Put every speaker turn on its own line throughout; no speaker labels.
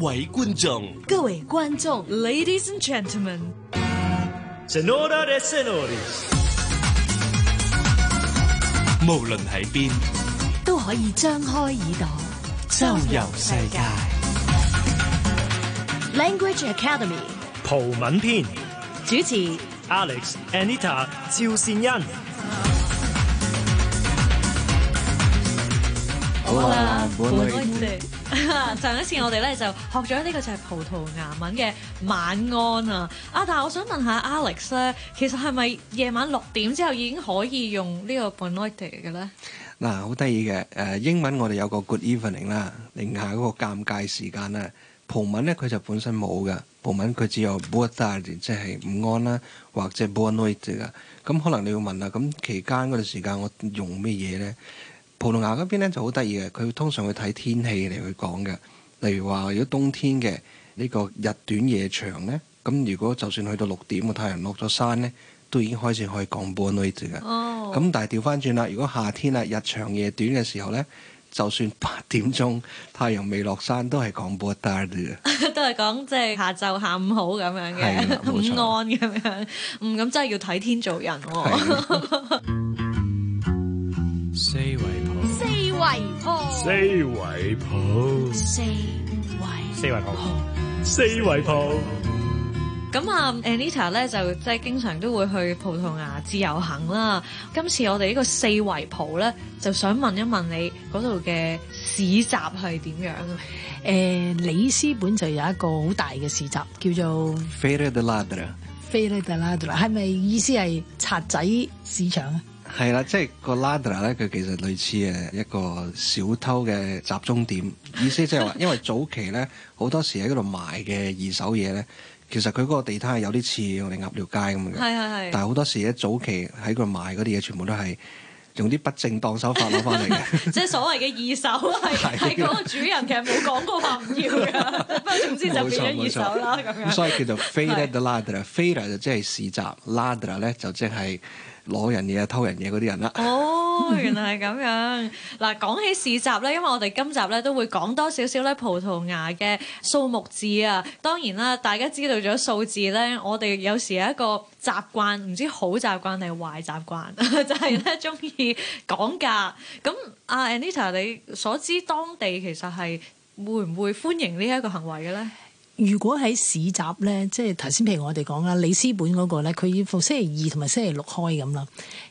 位觀眾。
各位觀眾，Ladies and Gentlemen，
Senhoras e senhores,
無論喺邊，
都可以張開耳朵
周遊世界。
Language Academy
葡文篇
主持
Alex、Anita、趙善恩，
好
啊
啊啦， 上一次我哋咧就學咗呢個就係葡萄牙文嘅晚安啊！啊，但係我想問下 Alex 咧，其實係咪夜晚六點之後已經可以用呢個 Bonoite 嘅咧？
嗱，好得意嘅，誒、英文我哋有個 good evening 啦，零下嗰個尷尬時間啦。葡文咧佢就本身冇嘅，葡文佢只有 b o a t a d 即係午安啦，或者 b o a n o i t 嘅。咁可能你要問啦，咁期間嗰段時間我用咩嘢咧？葡萄牙嗰邊咧就好得意嘅，佢通常會睇天氣嚟去講嘅。例如話，如果冬天嘅呢個日短夜長咧，咁如果就算去到六點個太陽落咗山咧，都已經開始可以講 b o a n o i t 嘅。
哦，
咁但係調翻轉啦，如果夏天啦，日長夜短嘅時候呢，就算八 點鐘太陽未落山，都係講 b o d a 嘅。
都係講即係下晝下午好咁樣
係啦
嘅，
冇錯
午安咁樣。嗯，咁真係要睇天做人喎、
係啊
四圍抱，
四圍破，
哦
四圍抱，
四圍
四圍抱，四圍抱，
咁啊，Anita 咧就即係經常都會去葡萄牙自由行啦。今次我哋呢個四圍葡咧，就想問一問你嗰度嘅市集係點樣啊？
誒、里斯本就有一個好大嘅市集，叫做
f e r a de Ladra
菲利特拉度啦，係咪意思係賊仔市場啊？
係啦，即係個 Ladra 呢，佢其實類似誒一個小偷嘅集中點。意思即 係話，因為早期呢，好多時喺嗰度賣嘅二手嘢呢，其實佢嗰個地攤係有啲似我哋鴨寮街咁嘅。
係係係，
但係好多時咧，早期喺嗰度賣嗰啲嘢，全部都係用啲不正當手法攞翻 嚟嘅。 啊
即係所謂嘅二手係
係
係嗰個主人其實冇講過話唔要 㗎，不過總之就
冇錯
變咗二手啦咁
咁
樣。
所以叫做 f e r a
係
de ladra，fera 就即係市集，ladra 咧就即係攞人嘢、偷人嘢嗰啲人啦。
哦，原來係咁樣。嗱，講起市集咧，因為我哋今集咧都會講多少少咧葡萄牙嘅數目字啊。當然啦，大家知道咗數字咧，我哋有時有一個習慣，唔知好習慣定係壞習慣， 就係咧中意講價。咁阿 Anita，你所知當地其實係會唔會歡迎呢一個行為嘅咧？
如果喺市集咧，即係頭先譬如我哋講啦，里斯本嗰個咧，佢要逢星期二同埋星期六開咁啦，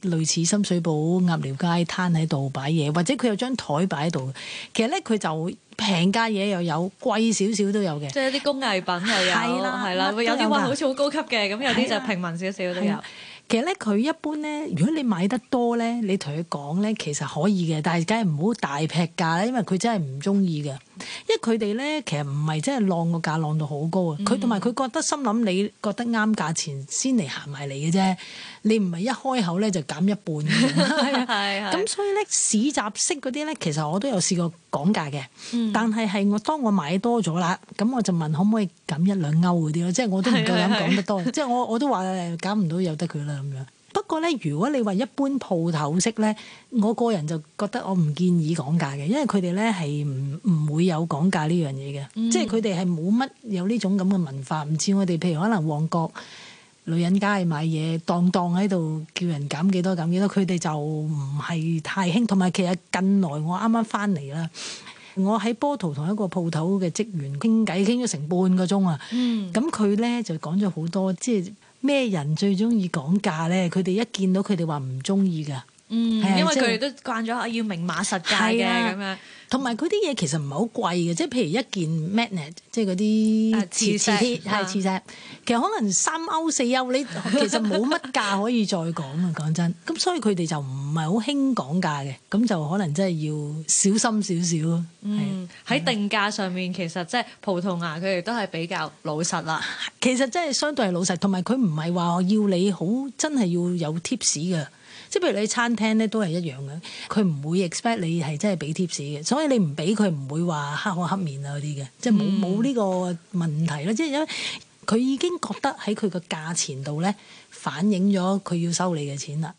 類似深水埗鴨寮街攤喺度擺嘢，或者佢有張台擺喺度。其實咧佢就平價嘢又有，貴少少都有嘅。
即係啲工藝品又有，
係啦
係啦，
乜
會有
都
啲
有
話
㗎
好似好高級嘅，咁有啲就
係啦
平民少少都
係
有
啊。其實咧，佢一般咧，如果你買得多咧，你同佢講咧，其實可以嘅，但係梗係唔好大劈價啦，因為佢真係唔中意嘅。因為佢哋咧，其實唔係真係浪個價浪到好高
嗯
啊，佢同埋佢覺得心諗你覺得啱價錢先嚟行埋嚟嘅啫，你唔係一開口咧就減一半咁樣。
係係
咁所以咧市集式嗰啲咧，其實我都有試過講價嘅，但係係我當我買多咗啦，咁我就問可唔可以減一兩歐嗰啲咯，即係我都唔夠
係
膽
係係
講得多，即係我我都話誒減唔到由得佢啦咁樣。不過咧，如果你話一般鋪頭式咧，我個人就覺得我唔建議講價嘅，因為佢哋咧係唔唔會有講價呢樣嘢嘅，即係佢哋係冇乜有呢種咁嘅文化，唔似我哋譬如可能旺角。女人街買嘢，當當喺度叫人減幾多減幾多，佢哋就唔係太興。同埋其實近來我啱啱翻嚟啦，我喺波圖同一個鋪頭嘅職員傾偈，傾咗成半個鐘啊。咁佢咧就講咗好多，即係咩人最中意講價咧？佢哋一見到佢哋話唔中意㗎。
嗯，
係啊
因為
即
佢
係
哋都慣咗啊要明碼實價嘅
係啊
咁樣，
同埋佢啲嘢其實唔係好貴嘅，即係譬如一件 magnet，即係嗰啲
啊磁石
鐵
啊
係磁石，其實可能三歐四歐，你 其實冇乜價可以再講啊！講真，咁所以佢哋就唔係好興講價嘅，咁就可能真係要小心少少咯。係啊
嗯，喺定價上面其實即係葡萄牙佢哋都係比較老實啦，
其實真係相對係老實，同埋佢唔係話要你好，真係要有 tips 嘅。即係譬如你餐廳咧都係一樣嘅，佢唔會 expect 你係真係俾 tips 嘅，所以你唔俾佢唔會話黑口黑面啊嗰啲嘅，即係
嗯
冇冇呢個問題啦。即係因為佢已經覺得喺佢個價錢度咧反映咗佢要收你嘅錢啦。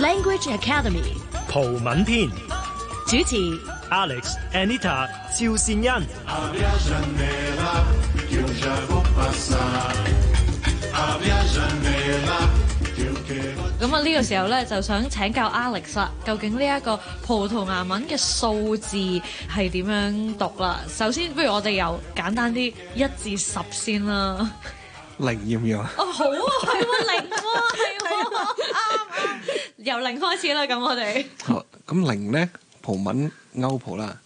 Language Academy
葡文篇
主持
Alex、Anita、趙善恩。
咁啊呢個時候咧就想請教 Alex 啦，究竟呢一個葡萄牙文嘅數字係點樣讀啦？首先，不如我哋由簡單啲一至十先啦。
零要唔要啊？
哦，好啊，係喎，零喎，係喎，啱啱由零開始啦，咁我哋
好，咁零咧葡文歐葡啦，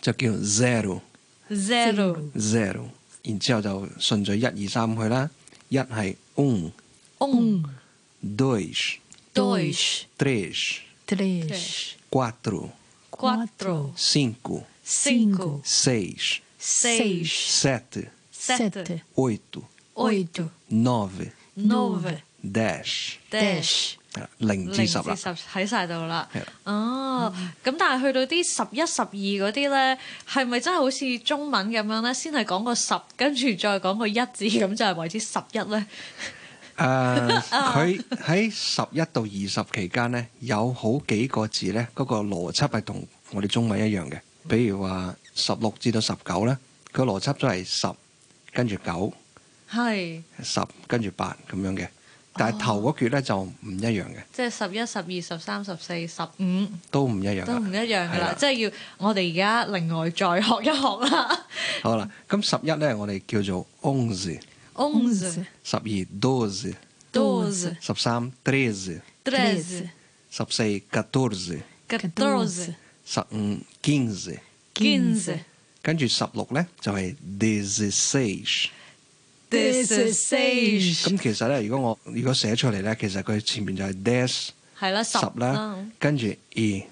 就叫 zero
zero
zero，然之後就順序一二三去啦，一係 un
on
dois
dois
três
Três,
quatro
quatro
cinco
cinco
seis
seis
sete
sete
oito
oito
nove
nove
dez
dash
係啦零
零
至
至
十
十
啦，
喺晒度啦
係啦。
哦，咁但係去到啲十一、十二嗰啲咧，係咪真係好似中文咁樣咧？先係講個十，跟住再講個一字，咁就係為之十一咧。
誒，呃
啊
佢喺十一到二十期間呢，有好幾個字呢，嗰、個邏輯係同我哋中文一樣嘅。比如話十六至到十九呢，個邏輯都係十跟住九、
係，
十跟住八咁樣嘅。但係
哦
頭嗰橛呢，就唔一樣嘅，
即係十一、十二、十三、十四、十五
都唔一樣
都唔
嘅。
一樣噶
係
啦
啦。
即係要我哋而家另外再學一學 啦。
好啦，咁十一呢，我哋叫做 onze，
Onze,
十二 doze，
doze,
十三 treze，
treze,
十四 catorze，
quatorze,
十五 quinze，
quinze,
跟住十六呢，就係 dezesseis。
dezesseis。
咁其實咧，如果我如果寫出嚟咧，其實佢前面就係 dash
係啦，十嗯
十啦
啦。，
跟住 e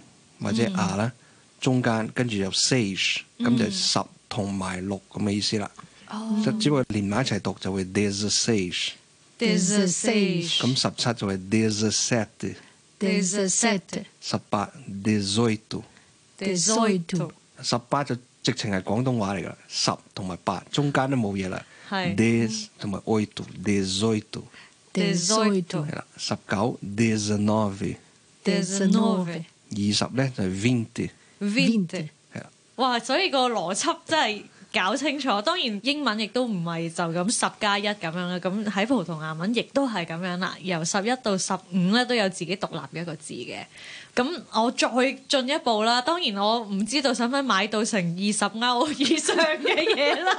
或者 r 啦，中間跟住有 sage，咁
嗯
就十同埋六咁嘅意思啦。
哦
就只不過連埋一齊讀就會 there's a sage，
dezesseis,
咁十七就會 there's a set，
dezessete,
十八 there's oito，
dezoito,
十八就直情係廣東話嚟㗎啦，十同埋八中間都冇嘢啦。
係
there's 同埋 oito，there's oito 係啦，十九 there's a nove。
dezenove,
二十咧就係 vinte，
vinte。
係啦，
哇！所以個邏輯真係搞清楚。當然英文亦都唔係就咁十加一咁樣啦。咁喺葡萄牙文亦都係咁樣啦。由十一到十五咧都有自己獨立嘅一個字嘅。咁我再進一步啦，當然我唔知道使唔使買到成二十歐以上嘅嘢啦，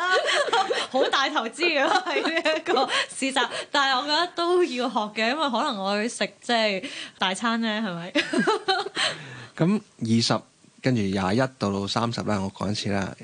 好大投資嘅啦喺呢一個市集，但係我覺得都要學嘅，因為可能我去食即係大餐咧，係咪？
咁二十跟住廿一到到三十啦，我講一次啦。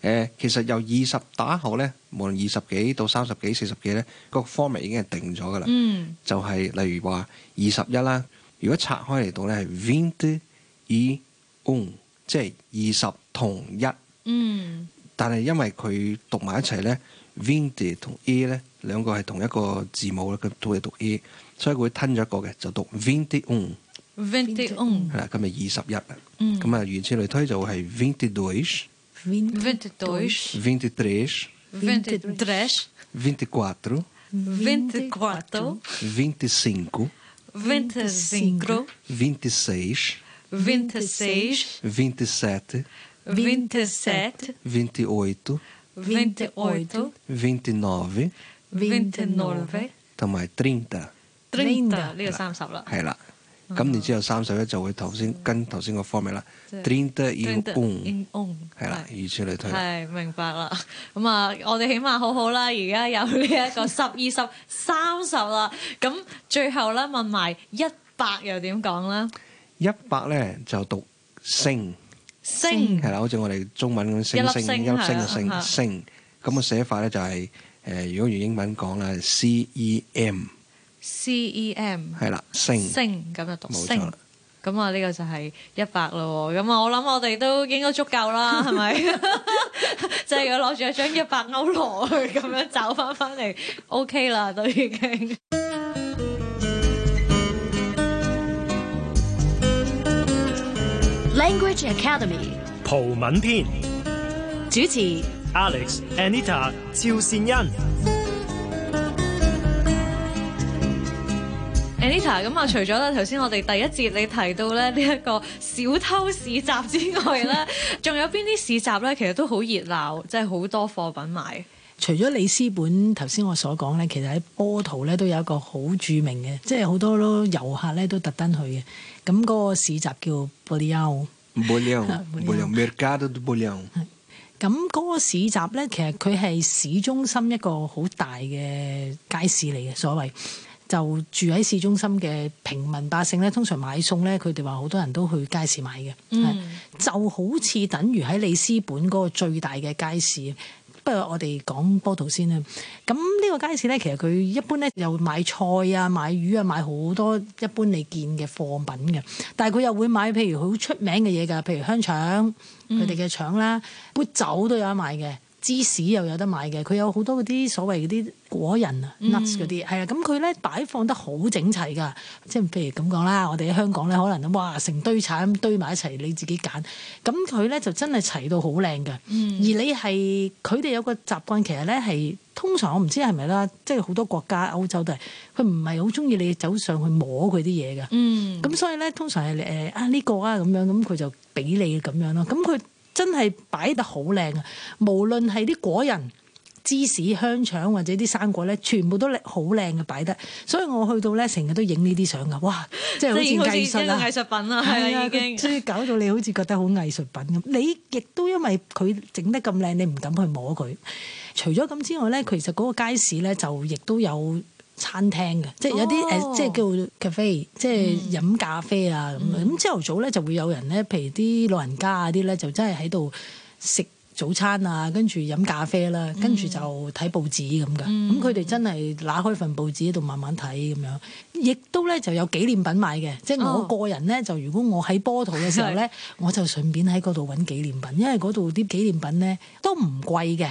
誒、其實由二十打後咧，無論二十幾到三十幾、四十幾咧，個 format 已經係定咗噶啦。
嗯，
就係例如話二十一啦，如果拆開嚟到咧係 vinte e un，即係二十同一，
嗯，
但係因為佢讀埋一齊咧，vinte 同 e 咧兩個係同一個字母咧，佢都係讀 e，所以佢會吞咗一個嘅，就讀 vinte un。
vinte um，
係啦，今日二十一啦，
嗯
咁啊，如此類推就係 twenty dois、
vinte dois。
twenty três、
e 23,
twenty quatro、
e 24,
twenty
e
cinco、
25,
twenty seis、
e 26,
twenty sete、
e 27,
twenty oito、
e 28,
twenty nove
e 29,
同埋 trinta
30呢個三十啦。
係啦。咁然之後三十一就會頭先跟頭先個 formula 啦
即係
，trinta um. in
Trenta
un
in on，
係啦，
係
如此類推啦。
係 um. 明白啦。咁啊，我哋起碼好好啦，而家有呢一個十、二十、三十啦。咁最後咧問埋一百又點講咧？
一百咧就讀星。
星
係啦，好似我哋中文咁
一
星
粒
星
星
一粒星嘅
係啦
星星，咁個寫法咧就係、誒，如果用英文講啦，C E M
C E M。
係啦，星
星咁就讀
冇錯
星
啦。
咁啊，呢個就係一百咯喎。咁啊，我諗我哋都應該足夠 啦，係咪？ 即係要攞住一張一百歐羅去咁樣找翻翻嚟，OK 啦，都已經。
Language Academy
葡文篇
主持
Alex、Anita、趙善恩。
誒、 Anita，咁啊，除咗咧頭先我哋第一節你提到咧呢一個小偷市集之外咧， 仲有邊啲市集咧？其實都好熱鬧，即係好多貨品賣。
除咗里斯本頭先我所講咧，其實喺波圖咧都有一個好著名嘅，即係好多遊客咧都特登去嘅。咁、嗰個市集叫布里歐。
Bolhão,
Bolhão.
bolhão, mercado do bolhão.
咁嗰個市集咧，其實佢係市中心一個好大嘅街市嚟嘅，所謂就住喺市中心嘅平民百姓咧，通常買餸咧，佢哋話好多人都去街市買嘅，係就好似等於喺里斯本嗰個最大嘅街市。不過我哋講波圖先啦。咁呢個街市咧，其實佢一般咧又買菜啊、買魚啊、買好多一般你見嘅貨品嘅，但係佢又會買譬如好出名嘅嘢㗎，譬如香腸。佢哋嘅腸啦，杯酒都有得賣嘅，芝士又有得賣嘅，佢有好多嗰啲所謂嗰啲果仁啊、nuts 嗰啲，係啊，咁佢咧擺放得好整齊㗎，即係譬如咁講啦，我哋喺香港咧可能哇成堆產咁堆埋一齊，你自己揀，咁佢咧就真係齊到好靚嘅，而你係佢哋有個習慣，其實咧係。通常我唔知係咪啦，即係好多國家歐洲都係，佢唔係好中意你走上去摸佢啲嘢㗎。
嗯，
咁所以咧，通常係誒啊呢、個啊咁樣，咁佢就俾你咁樣咯。咁佢真係擺得好靚啊！無論係啲果仁、芝士、香腸或者啲生果咧，全部都靚好靚嘅擺得。所以我去到咧，成日都影呢啲相噶，哇！即
即
係
係
好似
已經好似
藝
一個
術啊啦。
藝術品啦，係啦已經
佢。所以搞到你好似覺得好藝術品咁。你亦都因為佢整得咁靚，你唔敢去摸佢。除咗咁之外咧，其實嗰個街市咧就亦都有餐廳嘅，即係有啲誒、
哦嗯
即係叫 cafe，即係飲咖啡啊咁樣。咁朝頭早咧就會有人咧，譬如啲老人家啊啲咧，就真係喺度食。早餐啊，跟住飲咖啡啦，
嗯
跟住就睇報紙咁㗎。咁佢哋真係揦開份報紙喺度慢慢睇咁樣，亦都咧就有紀念品買嘅。即係我
哦
個人咧，就如果我喺波圖嘅時候咧，我就順便喺嗰度揾紀念品，因為嗰度啲紀念品咧都唔貴嘅，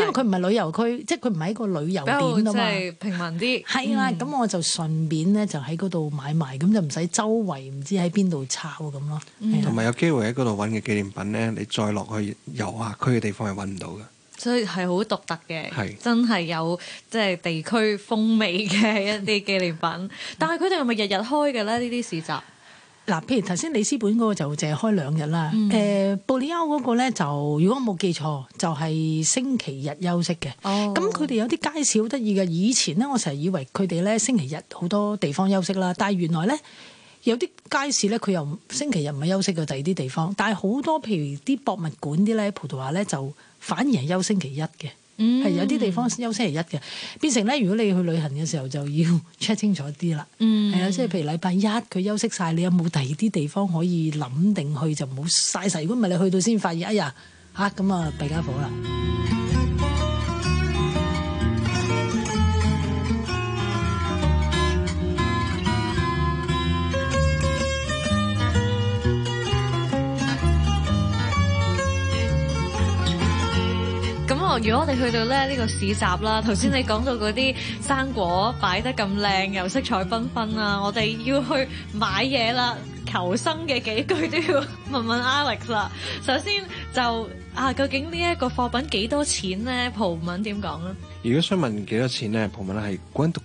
因為佢唔係旅遊區，即係佢唔係一個旅遊
比較
點啊
即哦
嘛。
係嗯平民啲。
係啦，咁我就順便咧就喺嗰度買埋，咁就唔使周圍唔知喺邊度抄咁咯。
嗯
係
同
啦
埋有機會喺嗰度揾嘅紀念品咧，你再落去遊客區嘅地方係揾唔到嘅。
所以係好獨特嘅
係，
真係有即係地區風味嘅一啲紀念
嗯
品。但係佢哋係咪日日開嘅咧？呢啲市集
嗱，譬如頭先里斯本嗰個就淨係開兩日啦。
嗯
誒、布里歐嗰個咧就，如果我冇記錯，就係、星期日休息嘅。
哦
咁佢哋有啲街市好得意嘅。以前咧，我成日以為佢哋咧星期日好多地方休息啦，但係原來咧有啲街市咧佢又唔星期日唔係休息嘅，第二啲地方。但係好多譬如啲博物館啲咧，葡萄牙咧就反而係休星期一嘅。係有啲地方休星期一嘅，變成咧，如果你去旅行嘅時候就要 check 清楚啲啦。嗯，係啊，即係譬如禮拜一佢休息晒，你有冇第二啲地方可以諗定去就唔好嘥晒。如果唔係你去到先發現，哎呀嚇咁啊弊家伙啦。
咁我如果我哋去到咧呢個市集啦，頭先你講到嗰啲生果擺得咁靚，又色彩繽紛啊，我哋要去買嘢啦。求生嘅幾句都要問問 Alex 啦。首先就啊，究竟呢一個貨品幾多錢咧？葡文點講咧
如果想問幾多錢咧，葡文係 quanto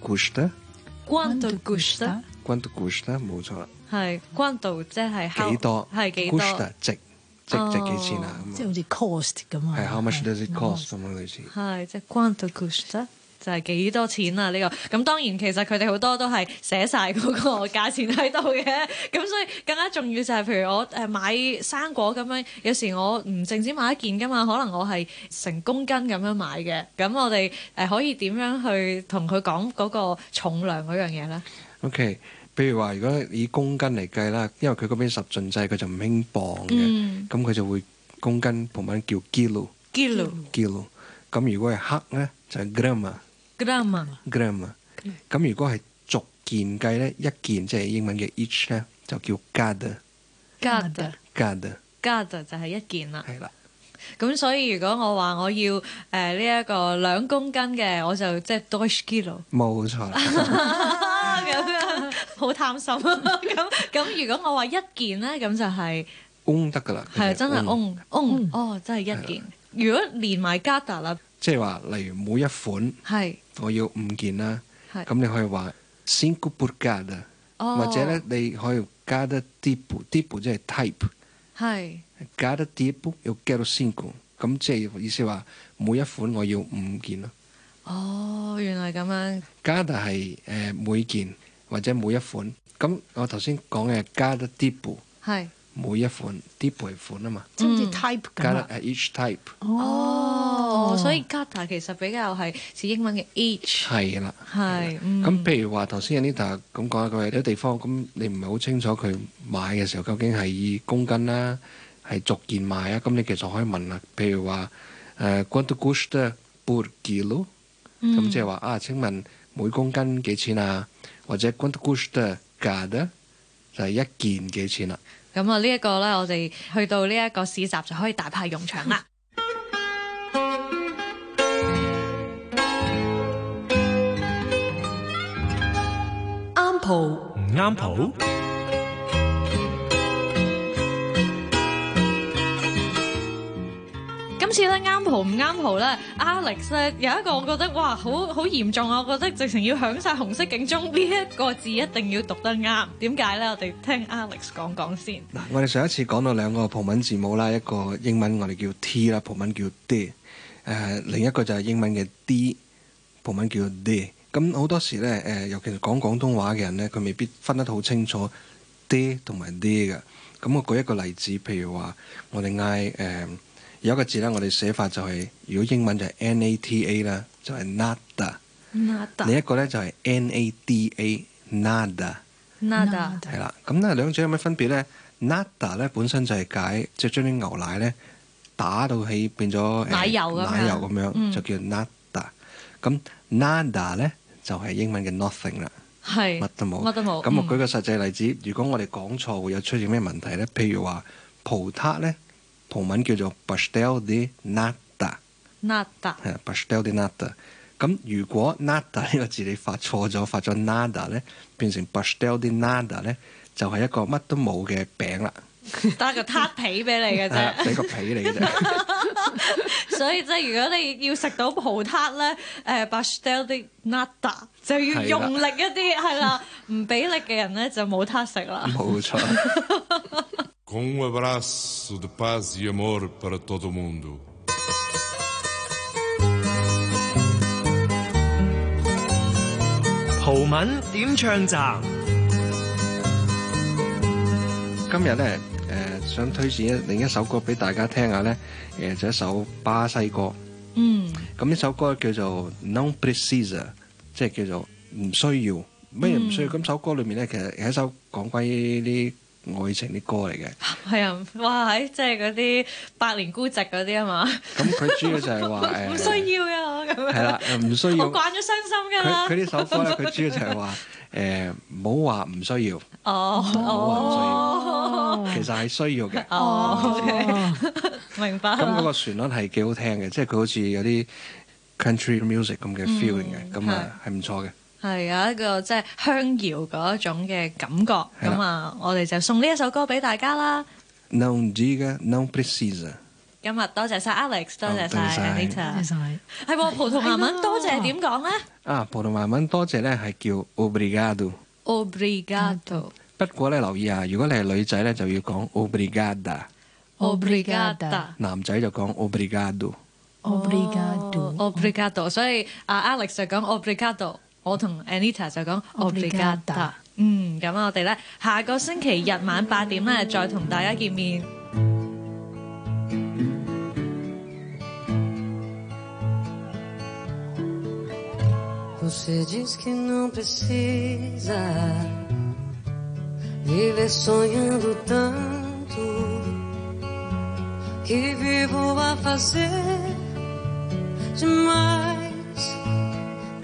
？Quanto
custa，quanto
custa？
custa 冇錯啦，
係 quanto 即係 how-
幾多
係幾多？
custa 值值值幾錢啊？
即
咁啊
係好似 cost 咁啊。
係 how much does it
係
cost 咁樣類似。
係，即係 quanto custa 就係幾多錢啊？呢、個咁當然其實佢哋好多都係寫晒嗰個價錢喺度嘅， 咁所以更加重要就係譬如我誒買生果咁樣，有時我唔淨止買一件噶嘛，可能我係成公斤咁樣買嘅，咁我哋誒可以點樣去同佢講嗰個重量嗰樣嘢咧？
OK，譬如話，如果以公斤嚟計啦，因為佢嗰邊十進制，佢就唔興磅嘅，
嗯
咁佢、就會公斤葡文叫 kilo
kilo
kilo。咁如果係克咧，就係 gram
gram 啊
gram 啊。咁如果係逐件計咧，一件即係英文嘅 each 咧，就叫 gad
，gada
gad
gada 就係一件啦。
係啦。
咁所以如果我話我要誒呢一個兩公斤嘅，我就即係 Deutsch kilo。
冇 錯啦，
啊咁樣好貪心 啊！咁咁如果我話一件咧，咁就係
翁嗯得噶啦，嗯佢
係啊
哋
真係嗯
翁
on on 哦，真係一
啊
件。如果連埋加達啦，
即係話，例如每一款
係
我要五件啦，
係
咁你可以話 cinco por cada，
哦
或者咧你可以 cada tipo，tipo 即係 type。
哦係
Cada tipo eu quero cinco，咁即係意思話每一款我要五件咯。
哦，原來咁樣
Cada 係誒每件或者每一款。咁我頭先講嘅 Cada tipo
係
每一款，tipo 係款啊嘛。
好似 type 咁
Cada
啊。
係 each type
哦，所以 gata 其實比較係似英文嘅 each
係啦。
係嗯
咁譬如話頭先 Anita 咁講一句，有啲地方咁你唔係好清楚佢買嘅時候究竟係以公斤啦，係逐件買啊，咁你其實可以問啦。譬如話誒 quanto custa por quilo，咁即係話啊，請問每公斤幾錢啊？或者 quanto custa cada 就係一件幾錢啦。
咁啊呢一個咧，我哋去到呢一個市集就可以大派用場啦。
啱蒲
唔啱譜，
今次咧啱蒲唔啱蒲咧，Alex 咧有一個我覺得哇好好嚴重啊！我覺得直情要響晒紅色警鐘呢一個字一定要讀得啱。點解咧？我哋聽 Alex 講講先。
嗱，我哋上一次講到兩個葡文字母啦，一個英文我哋叫 T 啦，葡文叫 D，誒、另一個就係英文嘅 D，葡文叫 D。咁好多時咧，誒、尤其是講廣東話嘅人咧，佢未必分得好清楚 D 同埋 D 嘅。咁我舉一個例子，譬如話我哋嗌誒有一個字咧，我哋寫法就係、如果英文就係 nata 啦，就係 nada。另一個咧就係 nada nada。
Nada，
嗯係啦，咁咧兩者有咩分別咧？Nada 咧本身就係解即係將啲牛奶咧打到起變咗誒
奶油咁樣嗯
奶油咁樣、就叫 Nada。咁 Nada 咧就係、英文嘅 nothing 啦，
係
乜都冇，
乜都冇。
咁我舉
嗯
個實際例子，如果我哋講錯會有出現咩問題咧？譬如話葡撻咧，葡文叫做 pastel de nada。
Nada，
係 b a s t e l de nada。咁如果 nada 呢個字你發錯咗，發咗 nada 咧，變成 b a s t e l de nada 咧，就係、一個乜都冇嘅餅啦，
得一個撻皮俾你嘅
係啦
啫。
俾個皮你嘅啫。
所以即係如果你要食到葡撻咧，誒 b a s t e l d Nada 就要
係啦
用力一啲，係啦，唔俾力嘅人咧就冇撻食啦。
冇錯，
Com um abraço de paz e amor para todo o mundo.
葡文點唱站？
今日咧誒想推薦一另一首歌俾大家聽下咧，誒、就一首巴西歌。
嗯，
咁呢首歌叫做 Non Precisa，即係叫做唔需要咩唔需要。咁、首歌裏面咧，其實係一首講關於啲愛情啲歌嚟嘅。
係啊，哇！喺即係嗰啲百年孤寂嗰啲啊嘛，
咁佢主要就係話誒，
唔需要嘅我咁樣。
係啦，唔需要
我。慣咗傷心㗎啦。
佢佢呢首歌咧，佢主要就係 話誒，唔好話唔需要，唔
哦
好話
哦，
唔需要，其實係需要嘅。嗯
哦，明白
咁嗰
啦。
個旋律係幾好聽嘅，即係佢好似有啲 country music 咁嘅 feeling 嘅，咁啊係唔錯嘅。
嗯係啊有一個即係香謠嗰一種嘅感覺。
係啦
咁啊，我哋就送呢一首歌俾大家啦。
Não diga, não precisa。
今日多謝晒 Alex，多謝
哦好多
晒
謝晒
Anita
謝。晒
係喎，葡萄牙文多謝點講咧
啊，葡萄牙文多謝咧係叫 obrigado。
？Obrigado。
不過咧留意啊下，如果你係女仔咧就要講 obrigada，
Obrigada。
男仔就講 obrigado。
，obrigado。
Oh, Obrigado，所以阿 Alex 就講 Obrigado，我同 Anita 就講
Obrigada
Obrigada。嗯，咁我哋咧下個星期日晚八點咧再同大家見面。
Você diz que não precisa viver sonhando tanto que vivo a fazer demais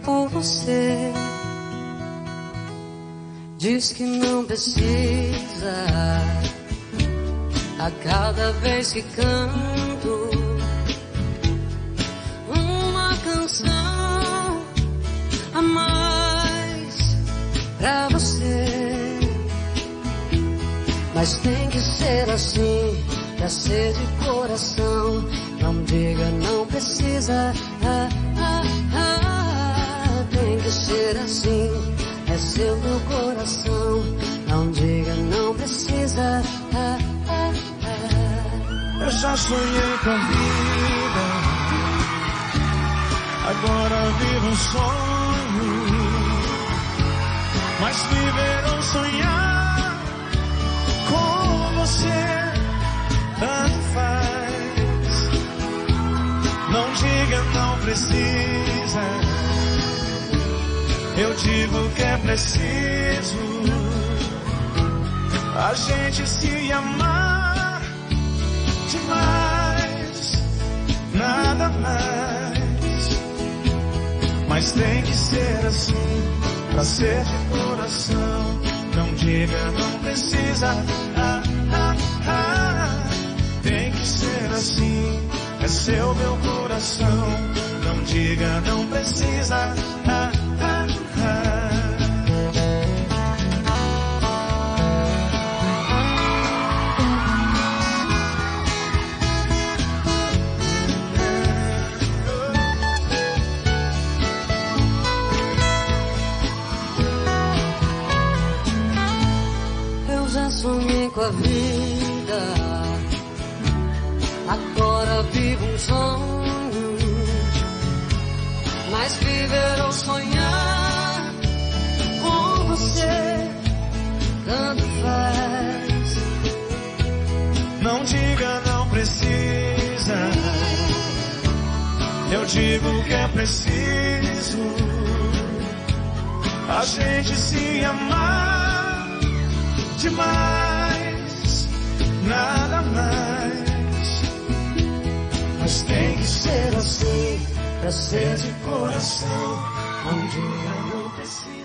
por você. Diz que não precisa a cada vez que canto uma canção a mais pra você. Mas tem que ser assim, pra ser de coração. Não diga, não precisa. Ah, ah, ah. Tem que ser assim, é é seu meu coração. Não diga, não precisa. Ah, ah, ah.
Eu já sonhei com a vida, agora vivo um sonho. Mas viver ou sonhar com você, tanto faz. Não diga, não precisa. Eu digo que é preciso a gente se amar demais, nada mais. Mas tem que ser assim pra ser de coração. Não diga, não precisa. Ah, ah, ah. Tem que ser assim, é seu meu coração. Não diga, não precisa. Ah, ah, ah.
Eu já sonhei com a vida, agora vivo um sonho. Mas viver ou sonhar com você, tanto faz.
Não diga, não precisa. Eu digo que é preciso a gente se amar demais, nada mais. Mas tem que ser assim
Pra ser de
coração, um dia não precisa.